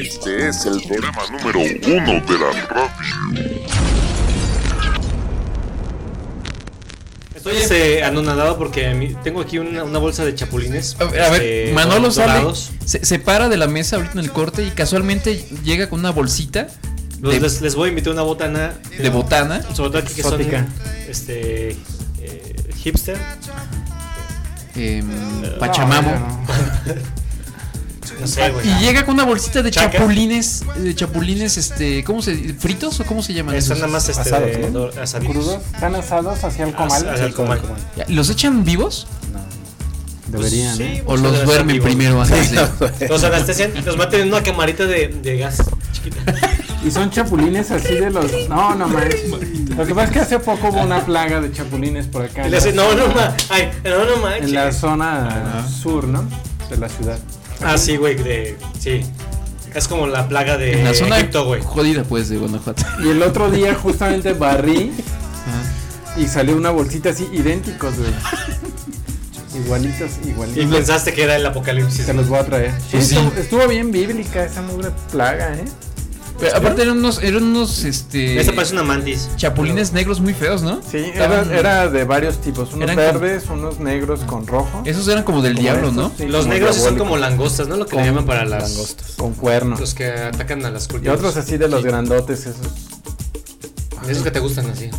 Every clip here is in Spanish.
Este es el programa número uno de la radio. Estoy este, anonadado porque mi- tengo aquí una, una bolsa de chapulines. A ver, a ver, este, Manolo sale, dorados. se, se para de la mesa ahorita en el corte y casualmente llega con una bolsita Los- de- les, les voy a invitar una botana. de botana. Sobre todo aquí que son Exótica. este, eh, hipster. em, Pachamamo. No sé, güey. Y llega con una bolsita de Chaca. chapulines, de chapulines, este, ¿cómo se, fritos o cómo se llaman? Están esos? nada más este, Asados, de- ¿no? do- asaditos. Crudos. Están asados hacia el As- comal. hacia el comal. Ya, ¿Los echan vivos Pues Deberían. sí, ¿eh? o pues, deben los estar duermen vivos. primero antes de- Los anestesian, los meten en una camarita de, de gas chiquita. Y son chapulines así de los. No, no manches. Lo que pasa es que hace poco hubo una plaga de chapulines por acá. Y le hacen, no, no, ma, ay, no, no, ma, En la zona sur, ¿no? De la ciudad. Ah, sí, güey, de, sí. Es como la plaga de en la zona eh, Egipto, güey. jodida pues de Guanajuato. Y el otro día justamente barrí y salió una bolsita así idénticos, güey. Igualitos, Y pues- igualitos. pensaste que era el apocalipsis. Te los voy a traer. Pues sí. Estuvo, estuvo bien bíblica esa mugre plaga, ¿eh? Pero aparte eran unos, eran unos, este, Esta parece una mantis. chapulines negros muy feos, ¿no? Sí, era, Estaban- era de varios tipos. Unos Eran con- verdes, unos negros con rojo. Esos eran como del Como diablo, estos, ¿no? sí, Los como negros sí son diabólicos, como langostas, ¿no? Lo que le llaman para las langostas. Con cuernos. Los que atacan a las y cultivas. otros así de los grandotes, esos. Esos que te gustan así.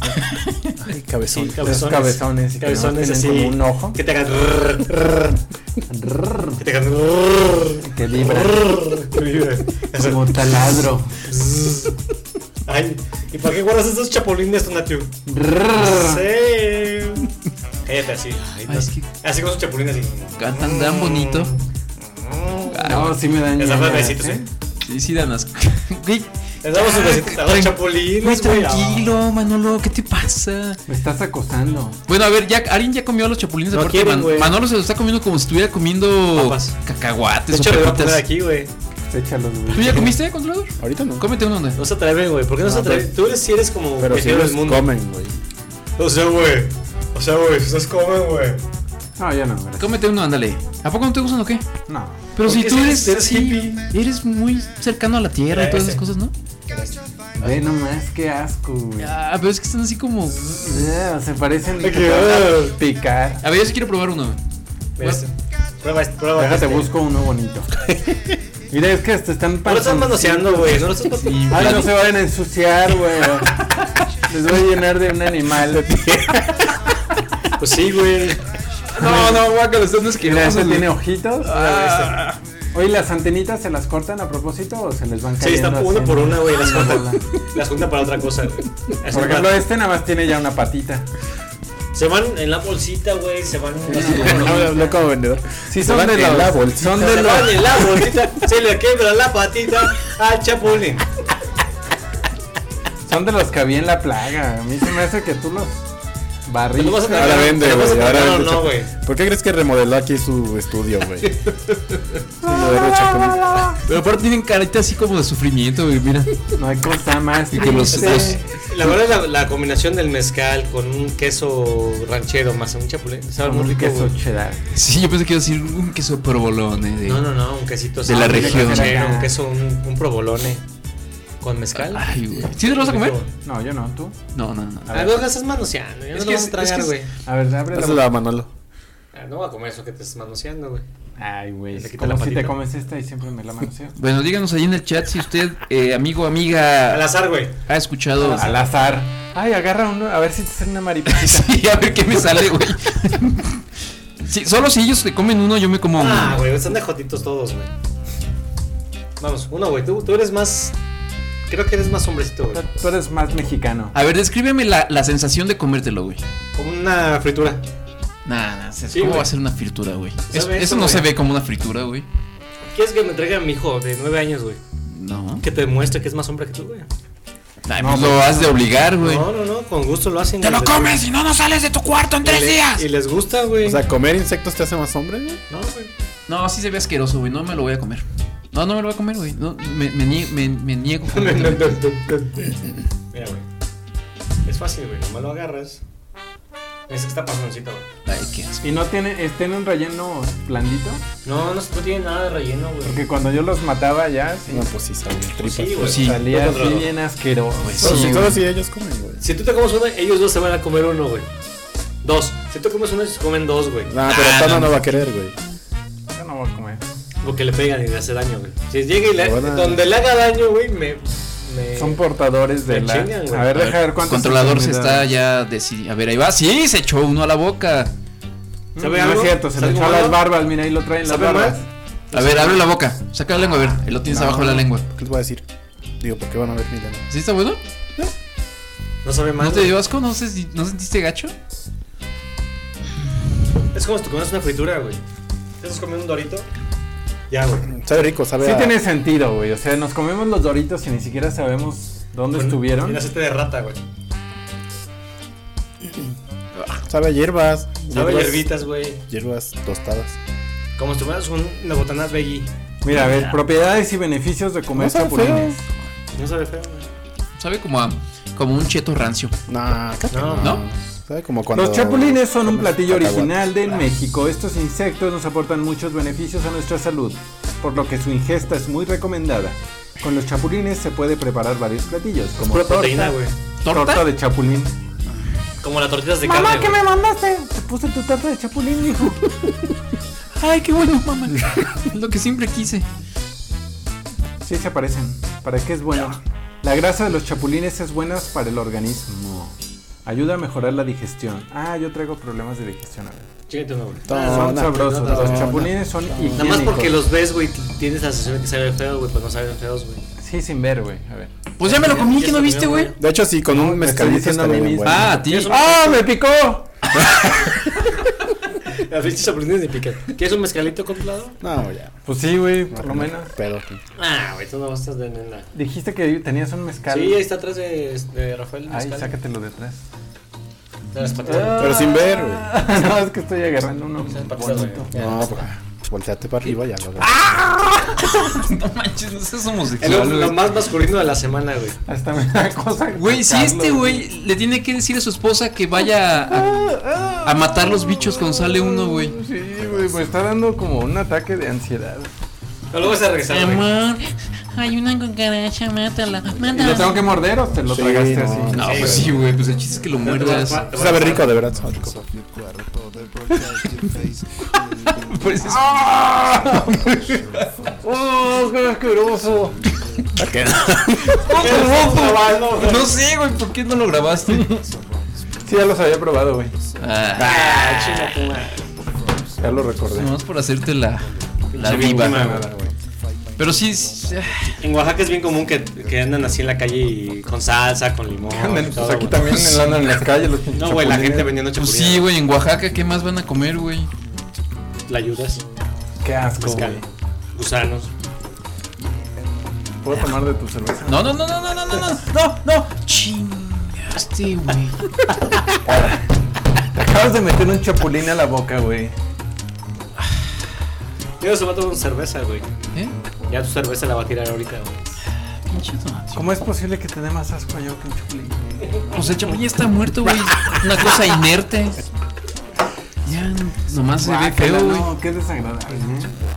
cabezones. Sí, esos cabezones. y que nada más Cabezones así. tienen como un ojo. Que te hagan. rrr, rrr, que te hagan. rrr, Que vibra. rrr, que vibran. Eso. Como taladro. Zzz. Ay, ¿y para qué guardas esos chapulines, Tonatiu? Sí. Cállate así. Ay, es que Así con esos chapulines Mm. así. cantan tan bonito. No, sí me dan Les damos ñañaras, besitos, ¿eh? Sí, sí dan asco. Güey, Les damos un besito a los tran- güey, chapulines, güey. tranquilo, Manolo, ¿qué te pasa? Me estás acosando. Bueno, a ver, ya, Arin ya comió los chapulines. No aparte, quieren, Man- güey. Manolo se los está comiendo como si estuviera comiendo Papas. De cacahuates hecho, o le voy a pepitas. poner aquí, güey. Échalos, güey. ¿Tú ya comiste, controlador? Ahorita no. Cómete uno, ¿no? No se atreven, güey. ¿Por qué no, se No, atreven? pero- Tú eres, si eres como Pero si viajero los comen, güey. O sea, güey. O sea, güey, si ustedes comen, güey. No, yo no, gracias. Cómete uno, ándale. ¿A poco no te gustan o qué? No. Pero si qué tú si eres, eres sí, hippie? eres muy cercano a la tierra Era y todas ese. esas cosas, ¿no? Ve nomás, qué asco, güey. Ah, pero es que están así como. Ya, Se parecen Qué te van asco. a picar. A ver, yo sí quiero probar uno. Mira este. Prueba este, prueba Déjate, este. busco uno bonito. Mira, es que te están No lo estás manoseando, güey. No lo estás manoseando. Ah, Ay, no se vayan a ensuciar, güey. Les voy a llenar de un animal. Pues sí, güey. No, no, guácalo, están Mira, ese asquerosos. tiene ojitos. Ah, Oye, ¿las antenitas se las cortan a propósito o se les van Sí, cayendo? está así una en por una, güey. Las una junta, bola? las junta para otra cosa, güey. Así Por ejemplo, van- este nada más tiene ya una patita. Se van en la bolsita, güey. Se van. Habla habla como vendedor. Sí, Se son van de en los. la bolsita. Son de Se los. van en la bolsita. Se le quebra la patita al chapulín. Son de los que había en la plaga. A mí se me hace que tú los barrís. Pero vas a tener- Ahora vende, Pero vas a güey. Ahora terminar o no, vende. chapu- güey. ¿Por qué crees que remodeló aquí su estudio, güey? Lo de chapulín. Pero aparte tienen carita así como de sufrimiento, güey, mira. No hay cosa más. Y que los- triste. los- La verdad, la, la combinación del mezcal con un queso ranchero más un chapulín. Sabe Con muy un rico. queso güey. cheddar. Sí, yo pensé que iba a decir un queso provolone. De... No, no, no, un quesito De la así, región. ranchero, un queso, un, un provolone con mezcal. Ay, güey. ¿Sí te lo vas a comer? No, yo no, tú. No, no, no. A Ah, ver. no, no estás manoseando, yo no lo Es voy que a es- tragar, es que güey. es- A ver, abre la Hazlo a Manolo. Ah, No voy a comer eso que te estás manoseando, güey. Ay, güey. Le quita Como la si te patita. comes esta y siempre me la manoseo. Bueno, díganos ahí en el chat si usted, eh, amigo, amiga, Al azar, güey. ha escuchado. Al azar. Ay, agarra uno. A ver si te sale una mariposita. sí, a ver qué me sale, güey. Sí, solo si ellos se comen uno, yo me como Ah, uno. güey, están de jotitos todos, güey. Vamos, uno, güey. Tú, tú eres más. Creo que eres más hombrecito, güey. Tú eres más mexicano. A ver, descríbeme la, la sensación de comértelo, güey. Como una fritura. Nah, nah, se- Sí, ¿cómo güey. va a ser una fritura, güey? Sabe Es- Eso, eso, no güey. se ve como una fritura, güey. ¿Quieres que me traiga a mi hijo de nueve años, güey? No. Que te demuestre que es más hombre que tú, güey. Ay, No, pues güey. lo has de obligar, güey. No, no, no, con gusto lo hacen. ¡Te güey. lo Les- comes y no, no sales de tu cuarto en y tres le- días! Y les gusta, güey. O sea, comer insectos te hace más hombre, güey. no, güey. No, sí se ve asqueroso, güey. No me lo voy a comer. No, no me lo voy a comer, güey. No, me, me nie- me- me niego. completamente. Mira, güey. Es fácil, güey. Nomás lo agarras. Es que está pasoncito, güey. Ay, qué asco. Y no tiene, estén un relleno blandito. No, no, no tiene nada de relleno, güey. Porque cuando yo los mataba ya, sí, No, pues sí, saben tripas. Sí, güey. Pues sí. salía Todo así controlado. bien asqueroso. Pues No, Sí, si güey. todos sí ellos comen, güey. Si tú te comes uno, ellos dos se van a comer uno, güey. Dos. Si tú comes uno, ellos comen dos, güey. No, pero Ah, Tano no. no va a querer, güey. Yo no voy a comer. Porque le pegan y le hace daño, güey. Si llega y le, Ahora- donde le haga daño, güey, me, me. Son portadores de Me la. chingan, güey. a ver, A ver, deja ver cuántos. Controlador se está oportunidades. ya decidiendo. A ver, ahí va. Sí, se echó uno a la boca. ¿Sabe Mm, no algo? es cierto, se le ¿Sabe echó a malo? las barbas, mira, ahí lo traen las ¿Sabe barbas. mal? A ver, abre la boca. Saca la lengua, a ver. Ahí lo tienes No. abajo de la lengua. ¿Qué les voy a decir? Digo, ¿por qué van a ver mi Tano? ¿Sí está bueno? No sabe mal. ¿No te güey. dio asco? ¿No, se- no sentiste gacho? Es como si te comes una fritura, güey. Te estás comiendo un dorito. Ya, güey. Sabe rico, sabe Sí a... tiene sentido, güey. O sea, nos comemos los doritos y ni siquiera sabemos dónde Con- estuvieron. Tiene aceite de rata, güey. Sabe a hierbas. Sabe hierbas- hierbitas, güey. Hierbas tostadas. Como si tuvieras un, unas botanas veggie. Mira, a ver, propiedades y beneficios de comer No sabe chapulines. No sabe feo, güey. Sabe como a como un cheto rancio. Nah, creo que No. no. ¿No? Sabe como cuando... Los chapulines son un comes platillo cacahuate. original de México. Estos insectos nos aportan muchos beneficios a nuestra salud, por lo que su ingesta es muy recomendada. Con los chapulines se puede preparar varios platillos, como Pura torta, proteína, güey. ¿Torta? torta de chapulín. Como las tortitas de carne. güey. mandaste? Te puse tu torta de chapulín, hijo. Ay, qué bueno, mamá. Lo que siempre quise. Sí se aparecen. ¿Para qué es bueno? La grasa de los chapulines es buena para el organismo. Ayuda a mejorar la digestión. Ah, yo traigo problemas de digestión. a ver. Chíquete uno, güey. Tona, son sabrosos. tona, los tona. chapulines son higiénicos. Nada más porque los ves, güey, t- tienes la sensación de que saben feo, güey, pues no saben feos, güey. Sí, sin ver, güey. A ver. Pues ya me lo comí, Ya que se no lo viste, comió, güey. De hecho, sí, con un me estoy mezcalito diciendo a estaría mí bien mismo. bueno. Ah, a ti. ¡Ah, me picó! La ficha chapulines de piquet. ¿Quieres un mezcalito con tu lado? No, ya. Pues sí, güey, por No, lo no, menos. Pedo. Ah, güey, tú no estás de nena. Dijiste que tenías un mezcal. Sí, ahí está atrás de, de Rafael. Ay, mezcal. sácatelo de atrás. De las patitas. Ah, Pero sin ver, güey. no, es que estoy agarrando uno Esas patitas, güey. bonito. Ya. No, pues, volteate para arriba ya. Lo Ah. No manches, no seas Es homosexual, lo, güey. lo más masculino de la semana, güey. Hasta me da cosa. Güey, si tocarlo, este güey le tiene que decir a su esposa que vaya a, a matar los bichos cuando sale uno, güey. Sí, güey, me está dando como un ataque de ansiedad. No lo vas a regresar, güey. Amor, hay una cucaracha, mátala, ¿Y lo tengo mátala. que morder o te lo Sí, tragaste no. así? No, Sí, pues sí, güey. Pues el chiste es que lo Te- te vas muerdas. a- te vas a- Sabe rico, de verdad, sabe rico. Pareces- Ah, ¡Oh, qué asqueroso! No sé, güey, ¿por qué no lo grabaste? Sí, ya los había probado, güey. Ah, Ah, chinga tu madre. Ya lo recordé. nomás por hacerte la, la Pinche víctima, viva. güey. Nada, güey. Pero sí, s- ah, En Oaxaca es bien común que, que andan así en la calle y con salsa, con limón. Ándale, y pues todo, aquí güey. también en la- en las calles los No, güey, la gente vendiendo pues chapulines. sí, güey, en Oaxaca, ¿qué más van a comer, güey? La ayudas, Qué asco. mezcal, güey. gusanos. ¿Puedo tomar de tu cerveza? No, no, no, no, no, no, no, no, no, no. Chingaste, güey. Te acabas de meter un chapulín a la boca, güey. Yo se va a tomar una cerveza, güey. ¿Eh? Ya tu cerveza la va a tirar ahorita, güey. Pinche tomate. ¿Cómo es posible que te dé más asco yo que un chapulín? Pues el chapulín ya está muerto, güey. Una cosa inerte. Ya nomás se ve Guácala, feo, güey. Ah, no, qué desagradable. ¿eh?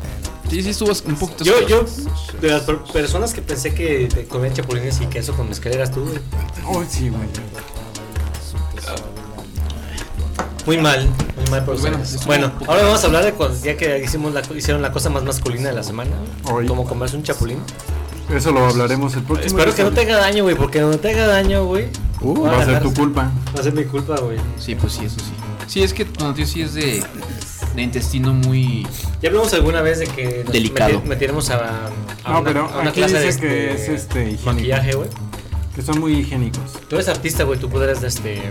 Sí, sí, estuvo un poquito. Yo, asqueroso. yo, de las per- personas que pensé que te comían chapulines y queso con mezcal eras tú, güey. Oh, sí, güey. Muy mal, muy mal por Bueno, ustedes. estuvo Bueno, un poco- ahora vamos a hablar de cuando, ya que hicimos la, hicieron la cosa más masculina de la semana, Oye. como comerse un chapulín. Eso lo hablaremos el próximo. Espero que no te haga daño, güey, porque no te haga daño, güey. Uh, voy este. va a ser ganar. tu culpa. Va a ser mi culpa, güey. Sí, pues sí, eso sí. Sí, es que Tonatio sí es de, de intestino muy. Ya hablamos alguna vez de que nos Delicado. meti- metiéramos a, a No, pero aquí dice este que es, este, higiénico. maquillaje, güey. Que son muy higiénicos. Tú eres artista, güey, tú podrías este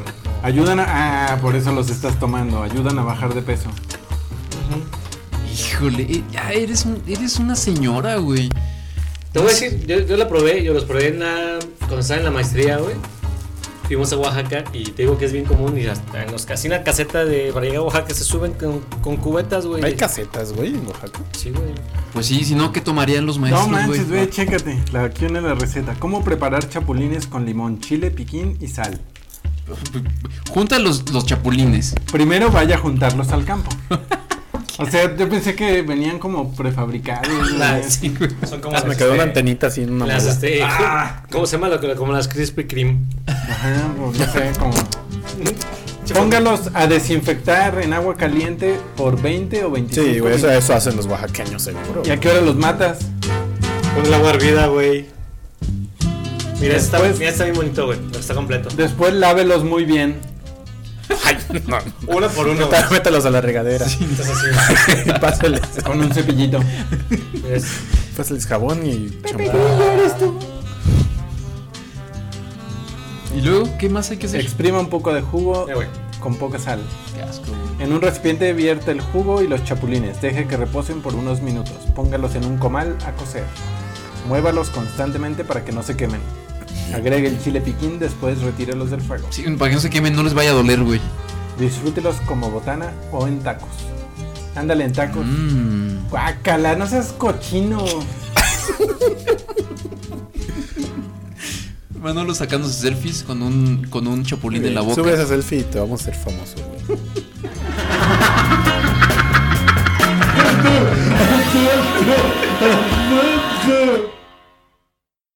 Ayudan a. Ah, por eso los estás tomando. Ayudan a bajar de peso. Híjole, eh, ya eres, un- eres una señora, güey. Te voy a decir, yo, yo la probé, yo los probé en la, cuando estaba en la maestría, güey. fuimos a Oaxaca y te digo que es bien común y hasta en los casi una caseta de para llegar a Oaxaca se suben con, con cubetas, güey. Hay casetas, güey, en Oaxaca. Sí, güey. Pues sí, si no, ¿qué tomarían los No maestros, manches, güey? güey, chécate. La, aquí viene la receta. ¿Cómo preparar chapulines con limón, chile, piquín y sal? Junta los, los chapulines. Primero vaya a juntarlos al campo. O sea, yo pensé que venían como prefabricados. güey. Sí, güey. Son como Me las, quedó una este, antenita así en una las, muela. este, Ah. ¿Cómo se llama? Lo que- Como las Krispy Kreme. Ajá, o no sé, como... Póngalos a desinfectar en agua caliente por 20 o 25 Sí, güey, eso, minutos. eso hacen los oaxaqueños, seguro. ¿Y a qué hora los matas? Con la guarvida, Pues güey. Mira, está, Después- mira, está bien bonito, güey. Está completo. Después lávelos muy bien. Ay, no. Uno por uno, güey. Tá- Mételos a la regadera. Estás así. Pásales, Con un cepillito. güey. Es- pásales jabón y champú. ¿Y luego qué más hay que hacer? Exprima un poco de jugo eh, güey. con poca sal. Qué asco, güey. En un recipiente vierte el jugo y los chapulines. Deje que reposen por unos minutos. Póngalos en un comal a cocer. Muévalos constantemente para que no se quemen. Agregue el chile piquín, después retírelos del fuego. Sí, para que no se quemen, no les vaya a doler, güey. Disfrútelos como botana o en tacos. Ándale en tacos. Mm. Guácala, no seas cochino. Manolo sacando sus selfies con un, con un chapulín en la boca. Sube esa selfie y te vamos a ser famosos, güey.